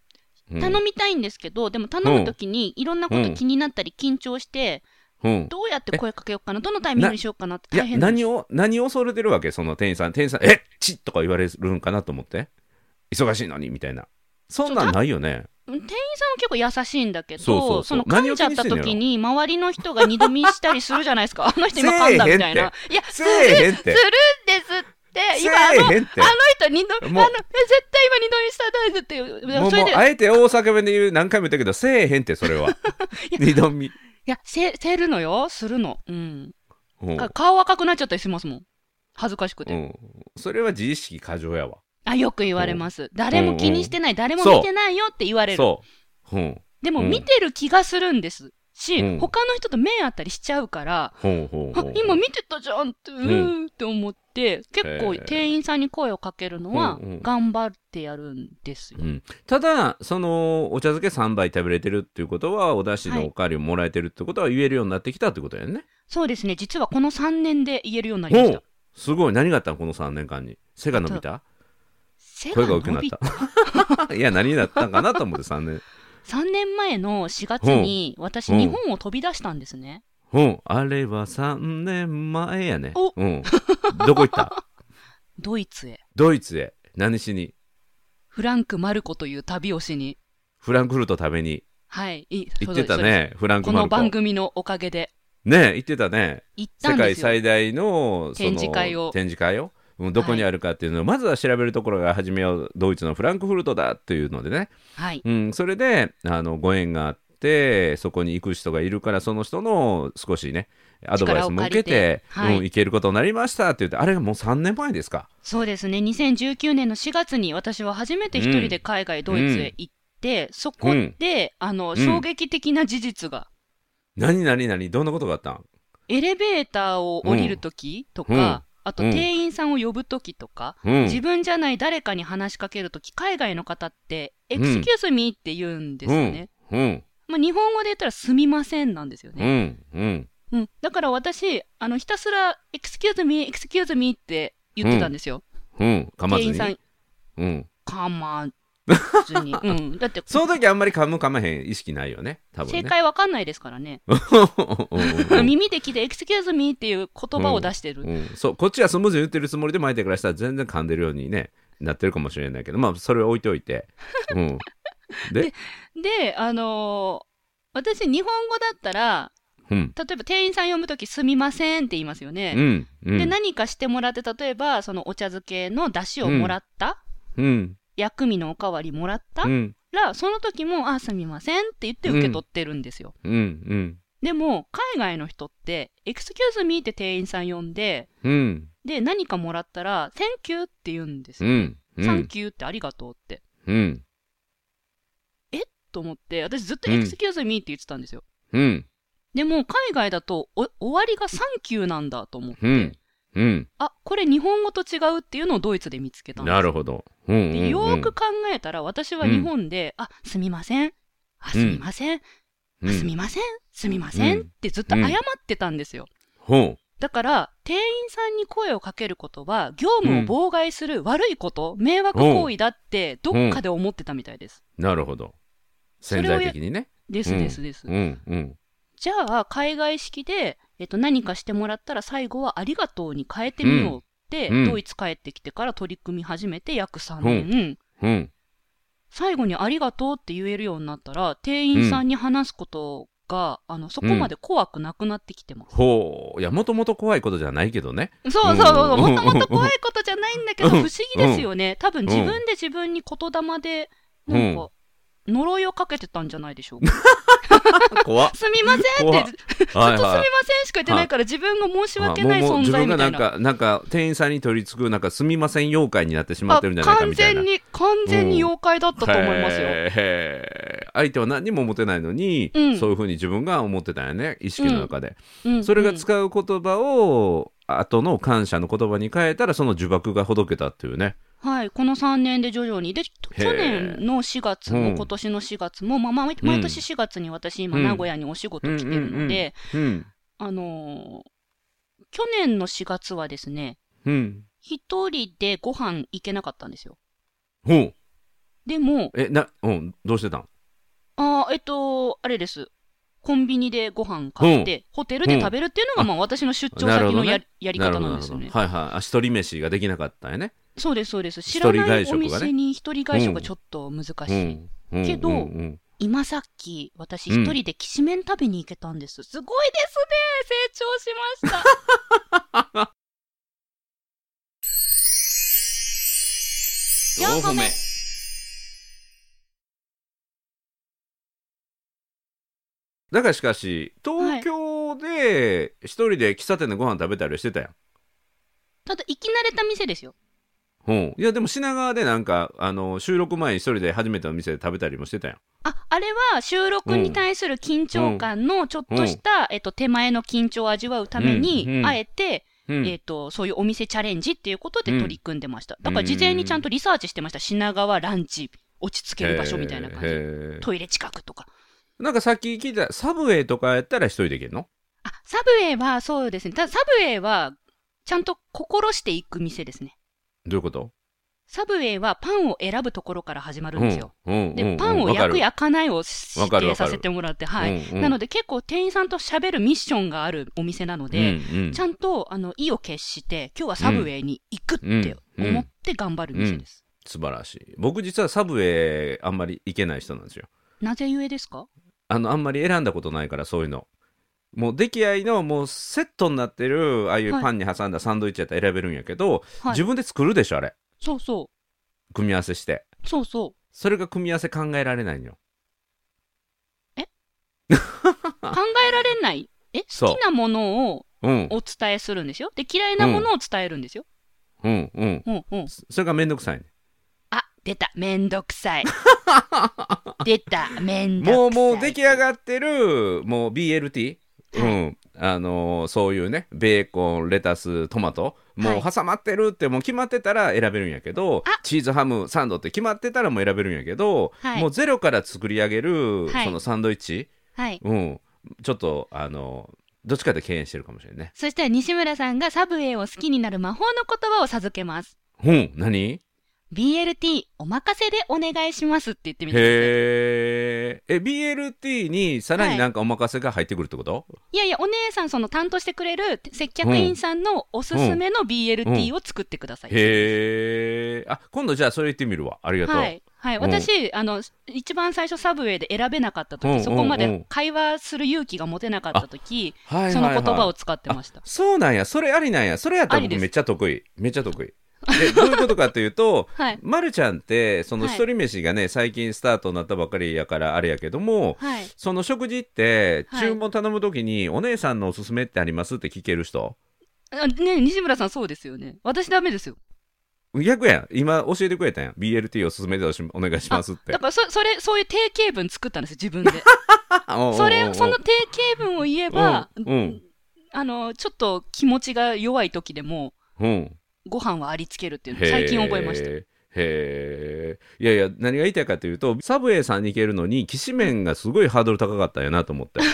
[SPEAKER 1] ん、うん、
[SPEAKER 2] 頼みたいんですけど、でも頼むときにいろんなこと気になったり緊張して、
[SPEAKER 1] うん
[SPEAKER 2] どうやって声かけようかな、どのタイミングにしようかなって
[SPEAKER 1] いや
[SPEAKER 2] 大変なんで
[SPEAKER 1] 何
[SPEAKER 2] す
[SPEAKER 1] を何を恐れてるわけその店員さん店員さんえっちっとか言われるんかなと思って忙しいのにみたいなそんなんないよね
[SPEAKER 2] 店員さんは結構優しいんだけど
[SPEAKER 1] そう
[SPEAKER 2] そ
[SPEAKER 1] そうそう
[SPEAKER 2] の
[SPEAKER 1] 何
[SPEAKER 2] 噛
[SPEAKER 1] を気
[SPEAKER 2] んじゃ
[SPEAKER 1] に
[SPEAKER 2] っ
[SPEAKER 1] して
[SPEAKER 2] た
[SPEAKER 1] んのよ
[SPEAKER 2] 時に周りの人が二度見したりするじゃないですかあの人今噛んだみたいな「いや
[SPEAKER 1] せ
[SPEAKER 2] する
[SPEAKER 1] えへんっ
[SPEAKER 2] する
[SPEAKER 1] て
[SPEAKER 2] んです」って
[SPEAKER 1] せ
[SPEAKER 2] 今あの
[SPEAKER 1] えへんって
[SPEAKER 2] あの人二度見
[SPEAKER 1] もう
[SPEAKER 2] あのえ絶対今二度見したら大丈夫っていう
[SPEAKER 1] もう
[SPEAKER 2] そ
[SPEAKER 1] も
[SPEAKER 2] れ
[SPEAKER 1] う
[SPEAKER 2] で
[SPEAKER 1] あえて大阪弁で言う何回も言ったけどせえへんってそれ は二度見
[SPEAKER 2] いやせせるのよするのうん
[SPEAKER 1] うん
[SPEAKER 2] か顔赤くなっちゃったりしますもん恥ずかしくて、
[SPEAKER 1] うんそれは自意識過剰やわ
[SPEAKER 2] あよく言われます誰も気にしてない誰も
[SPEAKER 1] そう
[SPEAKER 2] 見てないよって言われる
[SPEAKER 1] そううん
[SPEAKER 2] でも
[SPEAKER 1] うん
[SPEAKER 2] 見てる気がするんですし、
[SPEAKER 1] うん
[SPEAKER 2] 他の人と目あったりしちゃうから、
[SPEAKER 1] ほうほう
[SPEAKER 2] あ
[SPEAKER 1] ほう
[SPEAKER 2] 今見てたじゃんって、うーんって思って、結構
[SPEAKER 1] へー
[SPEAKER 2] 店員さんに声をかけるのは
[SPEAKER 1] うんうん
[SPEAKER 2] 頑張ってやるんですよ。
[SPEAKER 1] うん、ただそのお茶漬け3杯食べれてるっていうことはお出汁
[SPEAKER 2] は
[SPEAKER 1] の
[SPEAKER 2] い
[SPEAKER 1] おかわりをもらえてるってことは言えるようになってきたってことやね、
[SPEAKER 2] そうですね、実はこの3年で言えるようになり
[SPEAKER 1] ほ
[SPEAKER 2] ま
[SPEAKER 1] う
[SPEAKER 2] した。
[SPEAKER 1] すごい何があったのこの3年間に背が伸びた
[SPEAKER 2] 背
[SPEAKER 1] 声が
[SPEAKER 2] が
[SPEAKER 1] 大きくな
[SPEAKER 2] 伸びた
[SPEAKER 1] った いや何になったんかなと思って3年
[SPEAKER 2] 3年前の4月に私、
[SPEAKER 1] うん
[SPEAKER 2] 日本を飛び出したんですね。
[SPEAKER 1] うんあれは3年前やね
[SPEAKER 2] お
[SPEAKER 1] うん、どこ行った
[SPEAKER 2] ドイツへ。
[SPEAKER 1] ドイツへ何しに
[SPEAKER 2] フランク・マルコという旅をしに。
[SPEAKER 1] フランクフルト食べに
[SPEAKER 2] はい。い
[SPEAKER 1] 行ってた
[SPEAKER 2] そうです
[SPEAKER 1] ねフラン
[SPEAKER 2] こ
[SPEAKER 1] クマ
[SPEAKER 2] の
[SPEAKER 1] ルコ
[SPEAKER 2] 番組のおかげで
[SPEAKER 1] ね行ってたね
[SPEAKER 2] 行った
[SPEAKER 1] 世
[SPEAKER 2] んで
[SPEAKER 1] 界
[SPEAKER 2] すよ。
[SPEAKER 1] 最大のその
[SPEAKER 2] 展示会を
[SPEAKER 1] 展示会をうんどこにあるかっていうのを、まずは調べるところが初めはドイツのフランクフルトだっていうのでね、
[SPEAKER 2] はい。
[SPEAKER 1] うん、それであのご縁があってそこに行く人がいるからその人の少しねアドバイスも受けて
[SPEAKER 2] 力を借りてはい
[SPEAKER 1] うん、行けることになりましたって言ってあれがもう3年前ですか
[SPEAKER 2] そうですね、2019年の4月に私は初めて一人で海外ドイツへ行って、そこで、あの、
[SPEAKER 1] ん
[SPEAKER 2] 衝撃的な事実が、
[SPEAKER 1] 何何何どんなことがあったん
[SPEAKER 2] エレベーターを降りるときとか、
[SPEAKER 1] うん
[SPEAKER 2] あと
[SPEAKER 1] うん
[SPEAKER 2] 店員さんを呼ぶときとか、
[SPEAKER 1] うん
[SPEAKER 2] 自分じゃない誰かに話しかけるとき、海外の方って、エクスキュースミーって言うんですよね。
[SPEAKER 1] うん
[SPEAKER 2] まあ、日本語で言ったらすみませんなんですよ
[SPEAKER 1] う
[SPEAKER 2] ね。
[SPEAKER 1] んうん
[SPEAKER 2] うん。だから私、あの、ひたすら、エクスキューズミー、エクスキューズミーって言ってたんですよ。
[SPEAKER 1] うん噛まず
[SPEAKER 2] 店員さ
[SPEAKER 1] に
[SPEAKER 2] ん、
[SPEAKER 1] うん
[SPEAKER 2] かまず に。うん。だって、
[SPEAKER 1] その時あんまり噛む噛まへん意識ないよね多分ね
[SPEAKER 2] 正解わかんないですからね。
[SPEAKER 1] うん うんうん
[SPEAKER 2] 耳で聞いて、エクスキューズミーっていう言葉を出してる。
[SPEAKER 1] うん、そうこっちはスムーズに打ってるつもりで巻いてからしたら全然噛んでるようにねなってるかもしれないけどまあそれは置いておいて、うん、で
[SPEAKER 2] で、あのー私、日本語だったら、
[SPEAKER 1] うん
[SPEAKER 2] 例えば店員さん呼ぶとき、すみませんって言いますよ
[SPEAKER 1] う
[SPEAKER 2] ね。
[SPEAKER 1] んうん
[SPEAKER 2] で、何かしてもらって、例えば、そのお茶漬けの出汁をもらった、
[SPEAKER 1] うん
[SPEAKER 2] 薬味のおかわりもらった、
[SPEAKER 1] うん
[SPEAKER 2] ら、その時も、あ、すみませんって言って受け取ってるんですよ。
[SPEAKER 1] うんうん
[SPEAKER 2] でも、海外の人って、エクスキューズミーって店員さん呼んで、
[SPEAKER 1] うん
[SPEAKER 2] で、何かもらったら、センキューって言うんです
[SPEAKER 1] う
[SPEAKER 2] よ。
[SPEAKER 1] んう
[SPEAKER 2] サン
[SPEAKER 1] ん
[SPEAKER 2] キューってありがとうって。
[SPEAKER 1] うん
[SPEAKER 2] と思って、私ずっと
[SPEAKER 1] うん
[SPEAKER 2] excuse me って言ってたんですよ。
[SPEAKER 1] うん
[SPEAKER 2] でも、海外だとお、終わりがサンキューなんだと思って、
[SPEAKER 1] うんうん
[SPEAKER 2] あ、これ日本語と違うっていうのをドイツで見つけたんです。
[SPEAKER 1] なるほど、うんうんうん、
[SPEAKER 2] でよーく考えたら、私は日本で、あ、すみません。あ、すみませ
[SPEAKER 1] う
[SPEAKER 2] ん。
[SPEAKER 1] ん
[SPEAKER 2] あすみません。すみません。
[SPEAKER 1] うん
[SPEAKER 2] ってずっと謝ってたんですよ。
[SPEAKER 1] ほ
[SPEAKER 2] だから、店員さんに声をかけることは、業務を妨害する悪いこと、迷惑行為だって、どっかで思ってたみたいです。
[SPEAKER 1] うなるほど潜在的にね
[SPEAKER 2] ですですです。
[SPEAKER 1] うんうん
[SPEAKER 2] じゃあ、海外式で、えっと、何かしてもらったら最後はありがとうに変えてみようって、
[SPEAKER 1] うんうん
[SPEAKER 2] ドイツ帰ってきてから取り組み始めて約3年。
[SPEAKER 1] うん
[SPEAKER 2] 最後にありがとうって言えるようになったら、店員さんに話すことが、あの、そこまで怖くなくなってきてます。
[SPEAKER 1] ほういやもともと怖いことじゃないけどね
[SPEAKER 2] そうそうそう、
[SPEAKER 1] うん
[SPEAKER 2] もともと怖いことじゃないんだけど、
[SPEAKER 1] うん
[SPEAKER 2] 不思議ですよね。多分
[SPEAKER 1] ん
[SPEAKER 2] 自分で自分に言霊で、なんか、呪いをかけてたんじゃないでしょうか。
[SPEAKER 1] 怖っ
[SPEAKER 2] すみませんって、
[SPEAKER 1] 怖っ
[SPEAKER 2] ずっとすみ
[SPEAKER 1] はい
[SPEAKER 2] ませ
[SPEAKER 1] は
[SPEAKER 2] ん
[SPEAKER 1] い
[SPEAKER 2] しか言ってないから、自分が申し訳ない
[SPEAKER 1] あもうもう
[SPEAKER 2] 存在みたいな。
[SPEAKER 1] 自分がなんかなんか店員さんに取り付くなんかすみません妖怪になってしまってるんじゃないかみたいな
[SPEAKER 2] あ完全に、完全に妖怪だったと思いますよ。
[SPEAKER 1] へーへー相手は何にも思ってないのに、
[SPEAKER 2] うん
[SPEAKER 1] そういうふうに自分が思ってたんやね意識の中で、
[SPEAKER 2] うん
[SPEAKER 1] それが
[SPEAKER 2] うん
[SPEAKER 1] 使う言葉を後の感謝の言葉に変えたらその呪縛がほどけたっていうね
[SPEAKER 2] はい、この3年で徐々に。で、去
[SPEAKER 1] へー
[SPEAKER 2] 年の4月
[SPEAKER 1] う
[SPEAKER 2] も
[SPEAKER 1] ん
[SPEAKER 2] 今年の4月も、まあ、毎毎年4月に私今
[SPEAKER 1] うん
[SPEAKER 2] 名古屋にお仕事来てるので、
[SPEAKER 1] うん
[SPEAKER 2] あのー去年の4月はですね、
[SPEAKER 1] うん
[SPEAKER 2] 一人でご飯行けなかったんですよ。
[SPEAKER 1] ほう
[SPEAKER 2] でも、
[SPEAKER 1] えなうんどうしてたん
[SPEAKER 2] あーえっと、あれです。コンビニでご飯買って、ホテルで食べるっていうのが、まあ私の出張
[SPEAKER 1] なる
[SPEAKER 2] 先
[SPEAKER 1] ほど
[SPEAKER 2] の
[SPEAKER 1] ね
[SPEAKER 2] や,、やり
[SPEAKER 1] なる
[SPEAKER 2] 方
[SPEAKER 1] ほど
[SPEAKER 2] なん
[SPEAKER 1] なる
[SPEAKER 2] です
[SPEAKER 1] ほ
[SPEAKER 2] よ
[SPEAKER 1] ど
[SPEAKER 2] ね。
[SPEAKER 1] はいはいあ一人飯ができなかったんやね
[SPEAKER 2] そうです、そうです。知
[SPEAKER 1] 一
[SPEAKER 2] ら
[SPEAKER 1] 人
[SPEAKER 2] な
[SPEAKER 1] 外
[SPEAKER 2] い
[SPEAKER 1] 食
[SPEAKER 2] お
[SPEAKER 1] がね
[SPEAKER 2] 店に一人外食がちょっと難しい。
[SPEAKER 1] うん
[SPEAKER 2] けど
[SPEAKER 1] うんうん
[SPEAKER 2] 今さっき、私
[SPEAKER 1] うん
[SPEAKER 2] 一人できしめん食べに行けたんです。すごいですね成長し ました四個目
[SPEAKER 1] だからしかし東京で一人で喫茶店でご飯食べたりしてたやん、
[SPEAKER 2] ただ、生き慣れた店ですよ。
[SPEAKER 1] うん、いやでも品川でなんかあの収録前に一人で初めての店で食べたりもしてたやん
[SPEAKER 2] あ、あれは収録に対する緊張感のちょっとした、えっと、手前の緊張を味わうために、
[SPEAKER 1] うんうん
[SPEAKER 2] あえて、
[SPEAKER 1] うん
[SPEAKER 2] えっと、そういうお店チャレンジっていうことで取り組んでました。だから
[SPEAKER 1] うん
[SPEAKER 2] 事前にちゃんとリサーチしてました。品川ランチ、落ち着ける場所みたいな感
[SPEAKER 1] へ
[SPEAKER 2] じ。
[SPEAKER 1] ーへー
[SPEAKER 2] トイレ近くとか。
[SPEAKER 1] なんかさっき聞いたサブウェイとかやったら一人で行けるの
[SPEAKER 2] あ、サブウェイはそうですね。ただサブウェイは、ちゃんと心していく店ですね。
[SPEAKER 1] どういうこと
[SPEAKER 2] サブウェイはパンを選ぶところから始まるんですよ。
[SPEAKER 1] うんうんうんう
[SPEAKER 2] で、
[SPEAKER 1] ん
[SPEAKER 2] パン
[SPEAKER 1] わ
[SPEAKER 2] を
[SPEAKER 1] か
[SPEAKER 2] 焼
[SPEAKER 1] る
[SPEAKER 2] く焼かないを指
[SPEAKER 1] わかる
[SPEAKER 2] 定
[SPEAKER 1] わか
[SPEAKER 2] さ
[SPEAKER 1] る
[SPEAKER 2] せてもらって、はい。
[SPEAKER 1] うんうん
[SPEAKER 2] なので結構店員さんと喋るミッションがあるお店なので、
[SPEAKER 1] うんうん
[SPEAKER 2] ちゃんとあの意を決して今日はサブウェイに行くって
[SPEAKER 1] うん
[SPEAKER 2] 思って頑張る店です。
[SPEAKER 1] 素晴らしい僕実はサブウェイあんまり行けない人なんですよ
[SPEAKER 2] なぜゆえですか
[SPEAKER 1] あのあんまり選んだことないからそういうのもう出来合いのもうセットになってるああいう
[SPEAKER 2] はい
[SPEAKER 1] パンに挟んだサンドイッチやったら選べるんやけど、
[SPEAKER 2] はい
[SPEAKER 1] 自。分で作るでしょあれ
[SPEAKER 2] そうそ
[SPEAKER 1] 組み合わせして
[SPEAKER 2] う。そうそ
[SPEAKER 1] それが組み合わせ考えられないのよ
[SPEAKER 2] う。考えられない。え
[SPEAKER 1] そう
[SPEAKER 2] 好きなものを
[SPEAKER 1] うん
[SPEAKER 2] お伝えするんですよ。で、嫌いなものを伝えるんですよ。
[SPEAKER 1] うんうん
[SPEAKER 2] うんうん。
[SPEAKER 1] そそれがめんどくさいね
[SPEAKER 2] あ、出た。めんど くさい。出た。めんどくさい。
[SPEAKER 1] もうもう出来上がってるもう BLT、
[SPEAKER 2] は
[SPEAKER 1] うんあのーそういうねベーコンレタストマトもう
[SPEAKER 2] は
[SPEAKER 1] 挟まってるってもう決まってたら選べるんやけど、
[SPEAKER 2] あ
[SPEAKER 1] チーズハムサンドって決まってたらもう選べるんやけど、
[SPEAKER 2] はい
[SPEAKER 1] もうゼロから作り上げる、
[SPEAKER 2] はい
[SPEAKER 1] そのサンドイッチ、
[SPEAKER 2] はい。
[SPEAKER 1] うん、ちょっとあのーどっちかで敬遠してるかもしれんね。
[SPEAKER 2] そしたら西村さんがサブウェイを好きになる魔法の言葉を授けます。
[SPEAKER 1] うん、何
[SPEAKER 2] BLT お任せでお願いしますって言ってみてください
[SPEAKER 1] へーえ BLT にさらになんかお任せが入ってくるってこと、
[SPEAKER 2] いやいやお姉さんその担当してくれる接客員さんのおすすめの BLT を作ってください、
[SPEAKER 1] へえあ今度じゃあそれ言ってみるわありがとう。
[SPEAKER 2] はい、はい、
[SPEAKER 1] うん
[SPEAKER 2] 私あの一番最初サブウェイで選べなかった時、
[SPEAKER 1] うんうんうん
[SPEAKER 2] そこまで会話する勇気が持てなかった時、
[SPEAKER 1] はいはいはい
[SPEAKER 2] その言葉を使ってました、
[SPEAKER 1] そうなんやそれありなんやそれやった
[SPEAKER 2] あ
[SPEAKER 1] ら
[SPEAKER 2] り
[SPEAKER 1] 僕
[SPEAKER 2] です
[SPEAKER 1] めっちゃ得意めっちゃ得意でどういうことかという と
[SPEAKER 2] はい
[SPEAKER 1] まるちゃんってその
[SPEAKER 2] はい
[SPEAKER 1] 一人飯がね、最近スタートになったばかりやからあれやけども
[SPEAKER 2] はい
[SPEAKER 1] その食事って
[SPEAKER 2] はい
[SPEAKER 1] 注文頼むときに、お姉さんのおすすめってありますって聞ける人
[SPEAKER 2] あね西村さんそうですよね私ダメですよ
[SPEAKER 1] 逆やん今教えてくれたやん BLT おすすめでおしお願いしますって
[SPEAKER 2] だからそそれそういう定型文作ったんです自分でそれその定型文を言えば、
[SPEAKER 1] うんうん
[SPEAKER 2] あのちょっと気持ちが弱い時でも
[SPEAKER 1] うん
[SPEAKER 2] ご飯はありつけるっていうの最近覚えました。
[SPEAKER 1] へーへーいやいや何が言いたいかというとサブウェイさんに行けるのにきしめんがすごいハードル高かったんやなと思 って
[SPEAKER 2] そう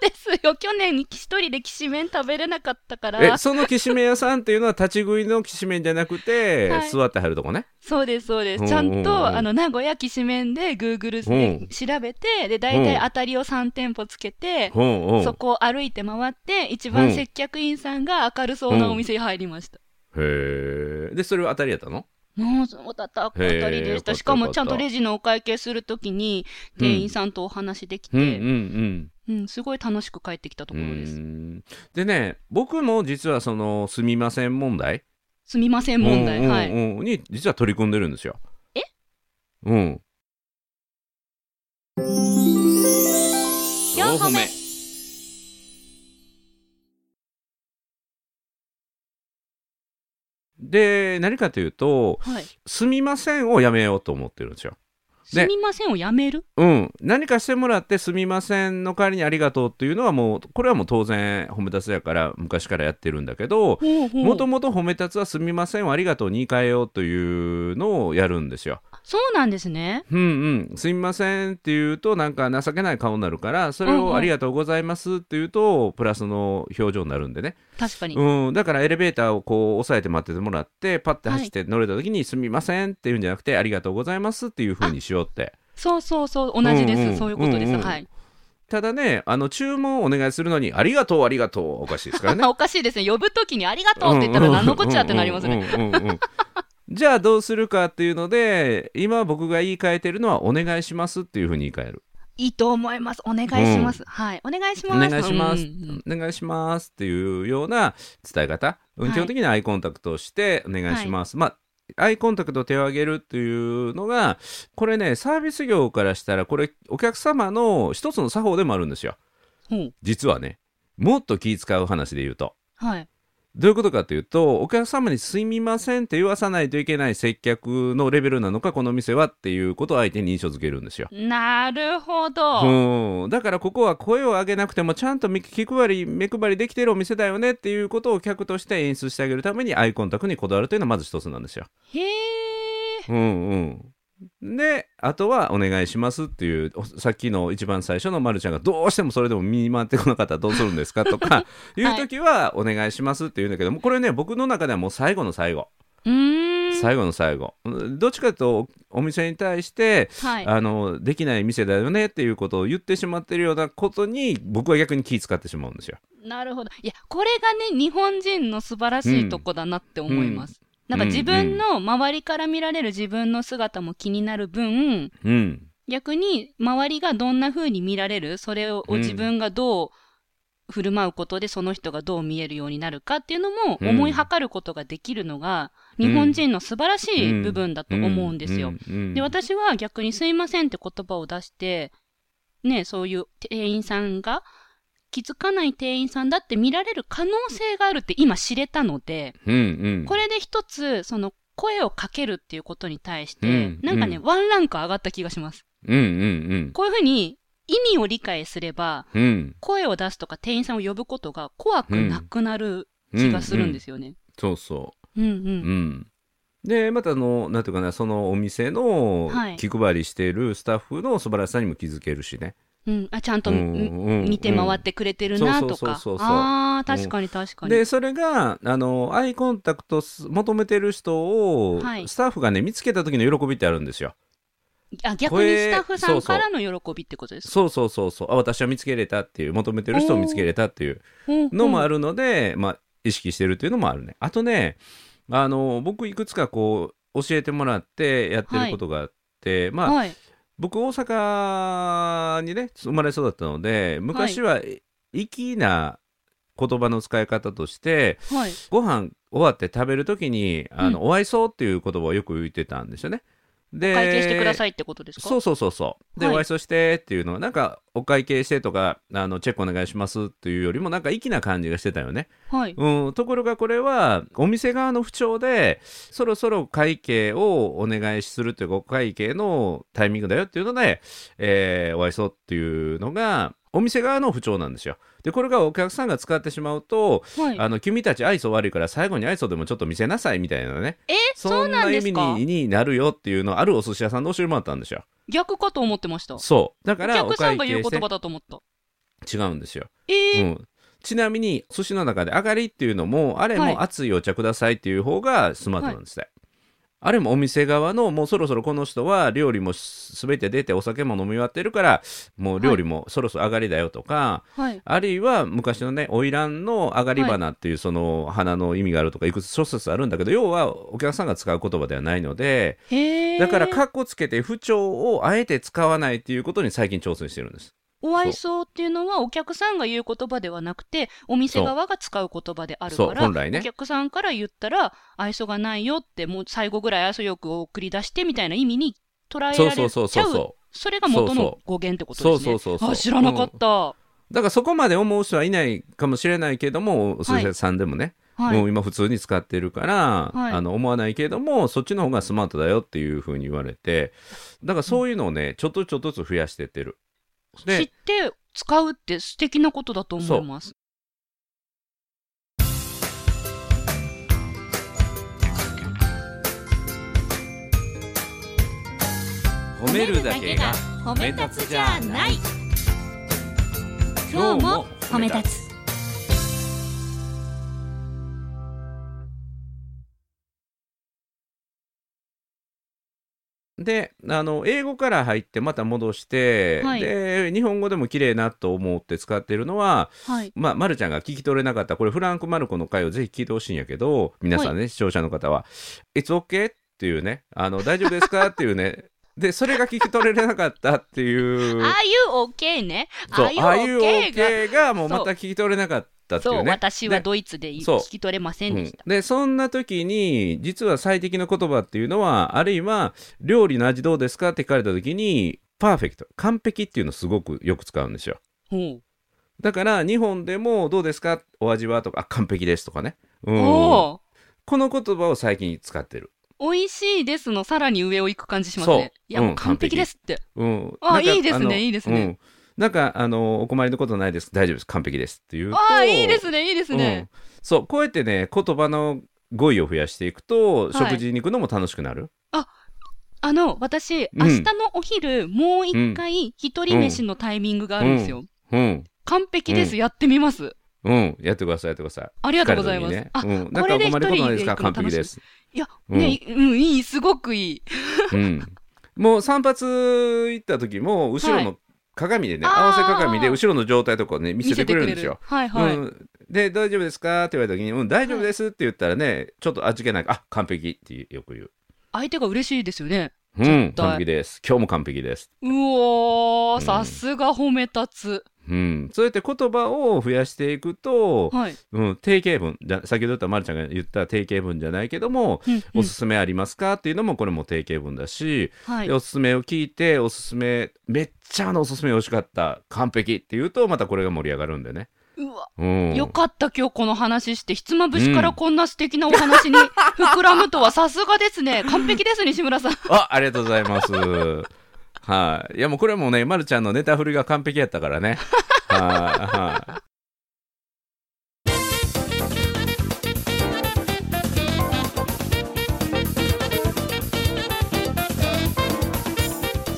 [SPEAKER 2] ですよ。去年一人できしめん食べれなかったか
[SPEAKER 1] え
[SPEAKER 2] ら。
[SPEAKER 1] そのきしめん屋さんっていうのは立ち食いのきしめんじゃなくて、
[SPEAKER 2] はい
[SPEAKER 1] 座ってはるとこね
[SPEAKER 2] そうです、そうで
[SPEAKER 1] う
[SPEAKER 2] す。
[SPEAKER 1] ん
[SPEAKER 2] ちゃ
[SPEAKER 1] うん
[SPEAKER 2] ん
[SPEAKER 1] うん
[SPEAKER 2] と、あの、名古屋きしめんで Google
[SPEAKER 1] うん
[SPEAKER 2] で調べて、で、大
[SPEAKER 1] う
[SPEAKER 2] 体
[SPEAKER 1] ん
[SPEAKER 2] 当たりを3店舗つけて、
[SPEAKER 1] うんうん
[SPEAKER 2] そこを歩いて回って、一
[SPEAKER 1] うん
[SPEAKER 2] 番接客員さんが明るそうなお店に入りました。
[SPEAKER 1] へえでそれは当たりやったの
[SPEAKER 2] もう、そうだった、当たりでし
[SPEAKER 1] へー
[SPEAKER 2] た。しかも、ちゃんとレジのお会計するときに、店員さんとお話でき
[SPEAKER 1] うんうん
[SPEAKER 2] て、うん、すごい楽しく帰ってきたと
[SPEAKER 1] うん
[SPEAKER 2] ころです。
[SPEAKER 1] んでね僕も実はその「すみません」問題
[SPEAKER 2] すみません問題、
[SPEAKER 1] うんうんうん
[SPEAKER 2] はい。
[SPEAKER 1] に実は取り組んでるんですよ
[SPEAKER 2] え
[SPEAKER 1] うん
[SPEAKER 2] 4個目
[SPEAKER 1] で何かというと
[SPEAKER 2] はい。
[SPEAKER 1] 「すみません」をやめようと思ってるんですよ。
[SPEAKER 2] すみませんをやめる
[SPEAKER 1] うん、何かしてもらって「すみません」の代わりに「ありがとう」っていうのはもうこれはもう当然褒め立つやから昔からやってるんだけどもともと褒め立つは「すみません」を「ありがとう」に変えようというのをやるんですよ。
[SPEAKER 2] そうなんですね。
[SPEAKER 1] うんうん、すみませんっていうとなんか情けない顔になるからそれ
[SPEAKER 2] うんう
[SPEAKER 1] を「
[SPEAKER 2] ん
[SPEAKER 1] ありがとうございます」っていうとプラスの表情になるんでね、
[SPEAKER 2] 確かに。
[SPEAKER 1] うん、だからエレベーターをこう押さえて待っててもらってパッて走って乗れた時に「すみません」っていうんじゃなくて「ありがとうございます」っていう風にしようって。
[SPEAKER 2] そうそうそう、同じです。
[SPEAKER 1] うんうん
[SPEAKER 2] そういうことです。
[SPEAKER 1] うんうん
[SPEAKER 2] はい。
[SPEAKER 1] ただね、あの注文をお願いするのに、ありがとう、ありがとう、おかしいですからね。
[SPEAKER 2] おかしいですね。呼ぶときにありがとうって言ったら何のこっちゃってなりますね。
[SPEAKER 1] ね。じゃあどうするかっていうので今僕が言い換えてるのは「お願いします」っていうふうに言い換える
[SPEAKER 2] いいと思います。お願いします。はい。お願い
[SPEAKER 1] 「
[SPEAKER 2] し
[SPEAKER 1] お
[SPEAKER 2] ます。
[SPEAKER 1] 願いします」
[SPEAKER 2] うんうんうん
[SPEAKER 1] お願いします」っていうような伝え方うん
[SPEAKER 2] はい
[SPEAKER 1] 基本的にはアイコンタクトをして「お願いします」まあアイコンタクトを手を挙げるっていうのがこれねサービス業からしたらこれお客様の一つの作法でもあるんですよ
[SPEAKER 2] ほう
[SPEAKER 1] 実はねもっと気使う話で言うと
[SPEAKER 2] はい。
[SPEAKER 1] どういうことかというとお客様に「すみません」って言わさないといけない接客のレベルなのかこの店はっていうことを相手に印象付けるんですよ。
[SPEAKER 2] なるほど。
[SPEAKER 1] うん、だからここは声を上げなくてもちゃんと見気配り目配りできてるお店だよねっていうことを客として演出してあげるためにアイコンタクトにこだわるというのはまず一つなんですよ。
[SPEAKER 2] へえ。
[SPEAKER 1] うんうん、であとは「お願いします」っていうおさっきの一番最初のまるちゃんがどうしてもそれでも見回ってこなかったらどうするんですかとかいう時は「お願いします」って言うんだけどもこれね僕の中ではもう最後の最後
[SPEAKER 2] うーん。
[SPEAKER 1] 最後の最後どっちかというとお店に対して
[SPEAKER 2] はい。
[SPEAKER 1] あのできない店だよねっていうことを言ってしまってるようなことに僕は逆に気使ってしまうんですよ。
[SPEAKER 2] なるほど。いや、これがね、日本人の素晴らしいとこだなって思います。なんか自分の周りから見られる自分の姿も気になる分、
[SPEAKER 1] うん、
[SPEAKER 2] 逆に周りがどんな風に見られる、それを
[SPEAKER 1] うん
[SPEAKER 2] 自分がどう振る舞うことでその人がどう見えるようになるかっていうのも思い測ることができるのが、
[SPEAKER 1] うん
[SPEAKER 2] 日本人の素晴らしい部分だと思うんですよ。
[SPEAKER 1] うんうん
[SPEAKER 2] で、私は逆にすいませんって言葉を出して、ね、そういう店員さんが、気づかない店員さんだって見られる可能性があるって今知れたので、
[SPEAKER 1] うんうん
[SPEAKER 2] これで一つ、その声をかけるっていうことに対して、
[SPEAKER 1] うん
[SPEAKER 2] なんかね、
[SPEAKER 1] う
[SPEAKER 2] ワンランク上がった気がします。
[SPEAKER 1] うんうん
[SPEAKER 2] こういうふうに意味を理解すれば、
[SPEAKER 1] うんうん
[SPEAKER 2] 声を出すとか店員さんを呼ぶことが怖くなくなる気がするんですよね。
[SPEAKER 1] そうそう
[SPEAKER 2] うんう
[SPEAKER 1] う
[SPEAKER 2] ん。
[SPEAKER 1] ん、でまたあのなんていうかなそのお店の
[SPEAKER 2] はい
[SPEAKER 1] 気配りしているスタッフの素晴らしさにも気づけるしね、
[SPEAKER 2] うん。あ、ちゃんと
[SPEAKER 1] う
[SPEAKER 2] み、
[SPEAKER 1] んうんうん
[SPEAKER 2] 見て回ってくれてるな
[SPEAKER 1] そ
[SPEAKER 2] と
[SPEAKER 1] うそう
[SPEAKER 2] か
[SPEAKER 1] そうそう。そう
[SPEAKER 2] ああ、確かに確かに。
[SPEAKER 1] でそれがあのアイコンタクトす求めてる人を、
[SPEAKER 2] はい
[SPEAKER 1] スタッフがね見つけた時の喜びってあるんですよ
[SPEAKER 2] あ逆
[SPEAKER 1] こ
[SPEAKER 2] に
[SPEAKER 1] れ
[SPEAKER 2] スタッフさんからの喜びってことですか
[SPEAKER 1] そうそうそうそうあ私は見つけれたっていう求めてる人を見つけれたっていうのもあ
[SPEAKER 2] る。
[SPEAKER 1] るので、まあ、意識してるっていうのもあるねあとねあの僕いくつかこう教えてもらってやってることがあって、まあ、
[SPEAKER 2] はい。
[SPEAKER 1] 僕大阪にね生まれ育ったので昔は粋な言葉の使い方として
[SPEAKER 2] はい。
[SPEAKER 1] ご飯終わって食べる時に「あのお愛想」っていう言葉をよく言ってたんですよね。で
[SPEAKER 2] お会計してくださいってことですか
[SPEAKER 1] そうそうそうそう。で、
[SPEAKER 2] はい
[SPEAKER 1] お愛想してっていうのはなんかお会計してとかあのチェックお願いしますっていうよりもなんか粋な感じがしてたよね。
[SPEAKER 2] はい。
[SPEAKER 1] うん、ところがこれはお店側の不調でそろそろ会計をお願いするというかお会計のタイミングだよっていうので、えーお会いそうっていうのがお店側の不調なんですよ。でこれがお客さんが使ってしまうと、
[SPEAKER 2] はい。
[SPEAKER 1] あの君たち愛想悪いから最後に愛想でもちょっと見せなさいみたいなね
[SPEAKER 2] え、そうなんです
[SPEAKER 1] そん
[SPEAKER 2] か
[SPEAKER 1] な意味にになるよっていうのをあるお寿司屋さんの教えもあったんですよ。
[SPEAKER 2] 逆かと思ってました。お
[SPEAKER 1] そうだからお
[SPEAKER 2] 客さ
[SPEAKER 1] 会
[SPEAKER 2] んが言う
[SPEAKER 1] 計し
[SPEAKER 2] 言
[SPEAKER 1] て
[SPEAKER 2] 葉だと思った。
[SPEAKER 1] 違うんですよ。
[SPEAKER 2] え
[SPEAKER 1] う
[SPEAKER 2] え。
[SPEAKER 1] ん、ちなみに寿司の中で「あがり」っていうのもあれ
[SPEAKER 2] はい
[SPEAKER 1] も熱いお茶くださいっていう方がスマートなんですね、あれもお店側のもうそろそろこの人は料理も全て出てお酒も飲み終わってるからもう料理もそろそろ上がりだよとか、
[SPEAKER 2] はい。
[SPEAKER 1] あるいは昔のね花魁の上がり花っていうその花の意味があるとかいくつ諸説あるんだけど要はお客さんが使う言葉ではないので
[SPEAKER 2] へえ。
[SPEAKER 1] だからカッコつけて不調をあえて使わないっていうことに最近挑戦してるんです。
[SPEAKER 2] お愛想っていうのはお客さんが言う言葉ではなくて、お店側が使う言葉である
[SPEAKER 1] そう
[SPEAKER 2] から、
[SPEAKER 1] 本来ね
[SPEAKER 2] お客さんから言ったら、愛想がないよって、もう最後ぐらい愛想よく送り出してみたいな意味に捉えられち
[SPEAKER 1] そう
[SPEAKER 2] ゃう。
[SPEAKER 1] そうそうそうそう
[SPEAKER 2] それが元の語源ってことですね。
[SPEAKER 1] そうそうそうそう
[SPEAKER 2] あ、知らなかった。
[SPEAKER 1] だからそこまで思う人はいないかもしれないけども、お寿司屋さんでもね、
[SPEAKER 2] はい。
[SPEAKER 1] もう今普通に使ってるから、
[SPEAKER 2] はい
[SPEAKER 1] あの思わないけどもそっちの方がスマートだよっていうふうに言われてだからそういうのをね、ちょっとちょっとずつ増やしてってる。
[SPEAKER 2] 知っ
[SPEAKER 1] で
[SPEAKER 2] て使うって素敵なことだと思います。
[SPEAKER 1] 褒
[SPEAKER 3] 褒
[SPEAKER 1] め立つじゃない今日も褒め立
[SPEAKER 3] つ
[SPEAKER 1] であの英語から入ってまた戻して、
[SPEAKER 2] はい
[SPEAKER 1] で日本語でも綺麗なと思って使ってるのは、
[SPEAKER 2] はい。
[SPEAKER 1] まあ、まるちゃんが聞き取れなかったこれフランク・マルコの回をぜひ聞いてほしいんやけど皆さんね、視聴者の方は「It's OK」っていうねあの「大丈夫ですか?」っていうねでそれが聞き取れなかったって いう
[SPEAKER 2] ああいう OK ね。
[SPEAKER 1] そう
[SPEAKER 2] ああいう OK が。
[SPEAKER 1] OK がもう
[SPEAKER 2] そう
[SPEAKER 1] また聞き取れなかったってい
[SPEAKER 2] そうう、
[SPEAKER 1] ね。
[SPEAKER 2] 私は
[SPEAKER 1] で
[SPEAKER 2] ドイツでい
[SPEAKER 1] そう
[SPEAKER 2] 聞き取れませんでした。
[SPEAKER 1] うんでそんな時に実は最適な言葉っていうのはあるいは料理の味どうですかって聞かれた時にパーフェクト完璧っていうのすごくよく使うんですよ
[SPEAKER 2] ほ
[SPEAKER 1] だから日本でもどうですかお味はとかあ完璧ですとかね、う、
[SPEAKER 2] うんお
[SPEAKER 1] この言葉を最近使ってる、
[SPEAKER 2] お、美味しいですのさらに上を行く感じしますね。
[SPEAKER 1] そう
[SPEAKER 2] いや、もう
[SPEAKER 1] うん
[SPEAKER 2] 完璧ですって。
[SPEAKER 1] うん、
[SPEAKER 2] あ
[SPEAKER 1] なんか
[SPEAKER 2] いいですね
[SPEAKER 1] あの
[SPEAKER 2] いいですね
[SPEAKER 1] うんなんかあのお困りのことないです大丈夫です完璧ですっていうと
[SPEAKER 2] ああ、いいですね、いいですね。
[SPEAKER 1] うん、そうこうやってね言葉の語彙を増やしていくと、
[SPEAKER 2] い
[SPEAKER 1] 食事に行くのも楽しくなる
[SPEAKER 2] あの、私、
[SPEAKER 1] ん
[SPEAKER 2] 明日のお昼、もう一回、一人飯のタイミングがあるんですよ。
[SPEAKER 1] うん
[SPEAKER 2] 完璧で
[SPEAKER 1] う
[SPEAKER 2] す、やってみます。
[SPEAKER 1] うんやってくださいやってください
[SPEAKER 2] あり
[SPEAKER 1] あ
[SPEAKER 2] がとうございます。
[SPEAKER 1] ね、
[SPEAKER 2] あ、
[SPEAKER 1] うん、
[SPEAKER 2] これで一人
[SPEAKER 1] なんかお困りことないですか
[SPEAKER 2] で行くの
[SPEAKER 1] 完璧です。
[SPEAKER 2] いや、
[SPEAKER 1] うん
[SPEAKER 2] ね、うん、いい、すごくいい。
[SPEAKER 1] うん、もう散髪行った時も後ろ
[SPEAKER 2] は
[SPEAKER 1] の鏡でね、
[SPEAKER 2] あー
[SPEAKER 1] 合わせ鏡で後ろの状態とかをね見せてくれるんですよ。
[SPEAKER 2] はいはい。
[SPEAKER 1] うん、で大丈夫ですかって言われた時に「うん大丈夫です」って言ったらね、ちょっと味気ないあ完璧ってよく言う
[SPEAKER 2] 相手が嬉しいですよね。
[SPEAKER 1] 「う
[SPEAKER 2] 絶
[SPEAKER 1] ん
[SPEAKER 2] 対
[SPEAKER 1] 完璧です今日も完璧です
[SPEAKER 2] うおー、
[SPEAKER 1] うん
[SPEAKER 2] さすが褒め立つ。」
[SPEAKER 1] うん、そうやって言葉を増やしていくと、
[SPEAKER 2] はい。
[SPEAKER 1] うん、定型文じゃ先ほど言ったまるちゃんが言った定型文じゃないけども、
[SPEAKER 2] うんうん
[SPEAKER 1] おすすめありますかっていうのもこれも定型文だし、
[SPEAKER 2] はい
[SPEAKER 1] で。おすすめを聞いておすすめめっちゃあのおすすめ美味しかった完璧っていうとまたこれが盛り上がるんでね、
[SPEAKER 2] うわ、
[SPEAKER 1] うん、
[SPEAKER 2] よかった今日この話して、ひつまぶしからこんな素敵なお 話に膨らむとはさすがですね。完璧ですね、西村さん。
[SPEAKER 1] あありがとうございますはい、いやもうこれもねまるちゃんのネタ振りが完璧やったからねはいはい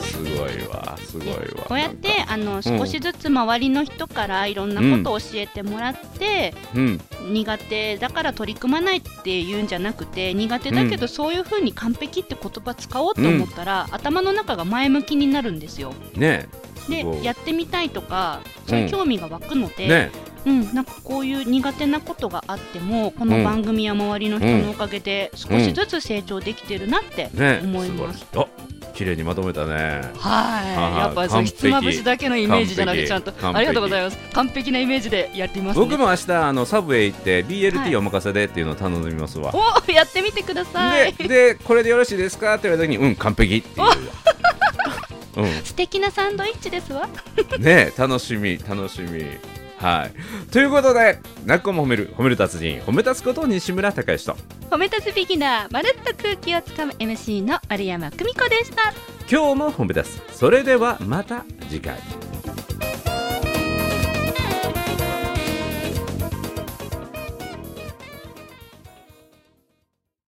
[SPEAKER 1] すごいわすごいわ
[SPEAKER 2] こうやって、あの、
[SPEAKER 1] ん
[SPEAKER 2] 少しずつ周りの人からいろんなことを教えてもらって、
[SPEAKER 1] うん
[SPEAKER 2] 苦手だから取り組まないって言うんじゃなくて苦手だけどそういう風に完璧って言葉使おうと思ったら、頭の中が前向きになるんですよ。
[SPEAKER 1] ね
[SPEAKER 2] です
[SPEAKER 1] ごい
[SPEAKER 2] やってみたいとかそういう興味が湧くの
[SPEAKER 1] え
[SPEAKER 2] で、
[SPEAKER 1] ね
[SPEAKER 2] うんなんかこういう苦手なことがあってもこの番組や周りの人のおかげで少しずつ成長できてるなって
[SPEAKER 1] えねえ
[SPEAKER 2] 思います。
[SPEAKER 1] ごいあ綺麗にまとめたね
[SPEAKER 2] は、
[SPEAKER 1] はいい
[SPEAKER 2] やっぱりそ
[SPEAKER 1] 完
[SPEAKER 2] う
[SPEAKER 1] 璧
[SPEAKER 2] ひつまぶしだけのイメージじゃなくてちゃんと
[SPEAKER 1] 完璧
[SPEAKER 2] ありがとうございます完璧なイメージでやっています、ね、
[SPEAKER 1] 僕も明日あのサブウェイ行って
[SPEAKER 2] はい
[SPEAKER 1] BLT お任せでっていうのを頼んでみますわ、
[SPEAKER 2] おやってみてください。
[SPEAKER 1] ででこれでよろしいですかって言われた時にうん完璧っていうわ う
[SPEAKER 2] 素敵なサンドイッチですわ。
[SPEAKER 1] んねえ楽しみ楽しみはいということで泣く子も褒める褒める達人褒め立つこと西村孝之と
[SPEAKER 2] 褒め立つビギナーまるっと空気をつかむ MC の丸山久美子でした
[SPEAKER 1] 今日も褒め立つそれではまた次回